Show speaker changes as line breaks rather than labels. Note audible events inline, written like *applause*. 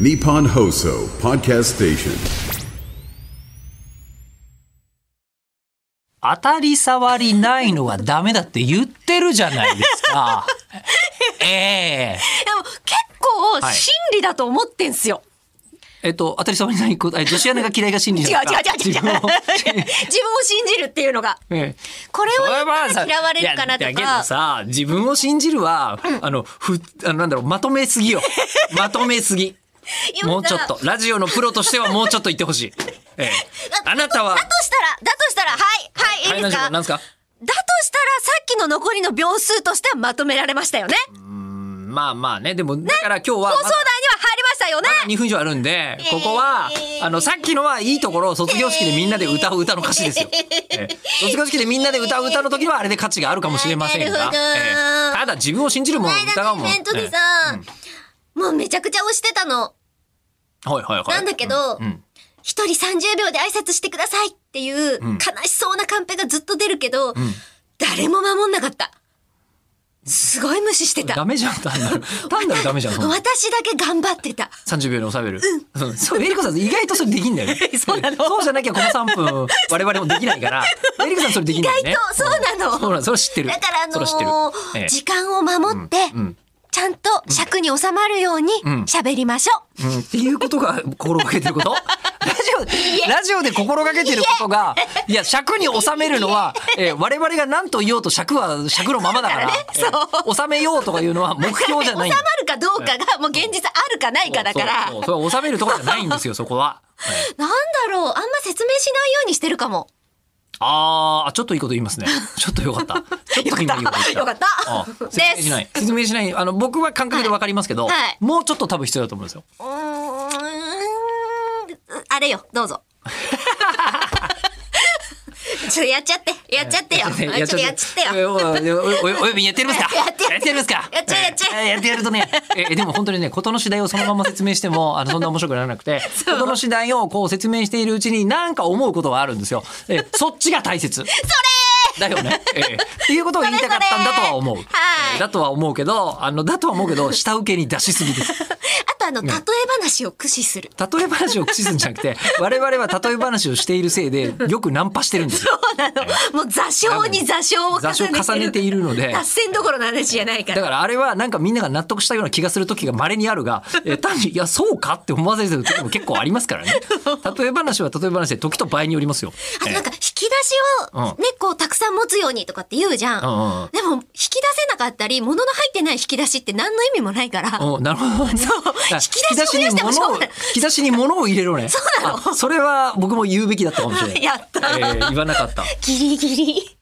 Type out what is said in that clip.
Nippon Hoso Podcast Station.
当たり障りないのはダメだって言ってるじゃないです
*laughs*
か。ええ
でも結構
はい
真理だと思ってんすよ。
えっと、当たり障りないこと、え女子アナが嫌いが真理
違う違
だから
う違う違う。自分を信じるっていうのが。
ええ
これを
それは
言った
さ
ら嫌われるかな
や
いと
だけど
か。
さ、自分を信じるは、あの、ふ、あの、なんだろう、まとめすぎ
*laughs*
よ。まとめすぎ。
いや
もうちょっと。。ラジオのプロとしてはもうちょっと言ってほし
*laughs*
い。ええ
だ
あなたは
だ、としたら、だとしたら、はい、はい、いいです
は
か
いなんですかなんですか
だとしたら、さっきの残りの秒数としてはまとめられましたよね。
まあまあね、でも、だから今日は、
放送
まだ
台には入りましたよね。
2分以上あるんで、
ー
ここは、あの、さっきのはいいところを卒業式でみんなで歌う歌の歌詞です
*laughs*
よ。ええ卒業式でみんなで歌う歌の時はあれで価値があるかもしれません
*laughs* なる
が、
ほど
ええただ自分を信じるも
こ
の
の
を疑
間
う
の
もん。
イベントでさ
え、
もうめちゃくちゃ押してたの。
えはいはいはい。
なんだけど
うんうん
一人30秒で挨拶してくださいっていう悲しそうなカンペがずっと出るけど、誰も守んなかった。すごい無視してた。
ダメじゃん、単なる。
*laughs*
単なるダメじゃん、そんな
私だけ頑張ってた。
30秒で収める。うん。そう、エリコさん、意外とそれできんだよね。
*laughs*
そうじゃなきゃこの3分、我々もできないから、エリコさんそれでき
意
ない
外
ね。
と、そうなの。
そうなの、それ知ってる。
だからあ
それ知ってる
のー
ええ
時間を守って、
うん
ちゃんと尺に収まるように喋りましょう。
うんっていうことが心がけてることラジオ、ラジオで心がけてることが、いや、尺に収めるのは、えー我々が何と言おうと尺は尺のままだから、えー収めようとかいうのは目標じゃないん
収
だ
まるかどうかがもう現実あるかないかだから。
そうそうそうそれは収めるとこじゃないんです
*laughs*
よ、そこは。えー
なんだろう、あんま説明しないようにしてるかも。
あーあ、ちょっといいこと言いますね。ちょっとよかった。ちょっと今いいこと言った。
よかった
あ
よかった
説明しない。説明しない。あの、僕は感覚でわかりますけど、
はいはい
もうちょっと多分必要だと思うんですよ。
うーん、あれよ、ど
*laughs*
うぞ。ちょっとやっちゃって、やっちゃってよ。ちょっとやっちゃってよ。
よ。おおおおやびやってやりますか。
*laughs* やってやる
やってやりますか。
やっちゃえやっちゃ
え。やってやるとね、えでも本当にね、事の次第をそのまま説明しても、あのそんな面白くならな
*laughs*
くて、事の次第をこう説明しているうちに、なんか思うことはあるんですよ。えそっちが大
*laughs*
切。それ。だよね。ええっていうことを言いたかったんだとは思う。
それそれ
ええだとは思うけど、あのだとは思うけど、下請けに出しすぎです。
あとあの、例え話を駆使する。
例え話を駆使するんじゃなくて、我々は例え話をしているせいで、よくナンパしてるんですよ。
そうなの。もう座礁に座礁を重ねて
座礁重ねているので
脱線どころの話じゃないか
だ
ら。
からあれはなんかみんなが納得したような気がする時が稀にある
*laughs*
が、えー単に、いや、そうかって思わせる時も結構あります
*laughs*
からね。例え話は例え話で時と場合によりますよ。
あとなんか引き出し
う
を
ん
ね、こうたくさん持つようにとかって言うじゃ
うんうんうん
ん。でも引き出せなかったり、物の入ってない引き出しって何の意味もないから。
おなるほどね。そう
引き出しを増やしてもしょうがない
引き出しに物を入れろね。そう
なの
それは僕も言うべきだったかもしれない。
*laughs* やった
えー言わなかった。
ギリギリ。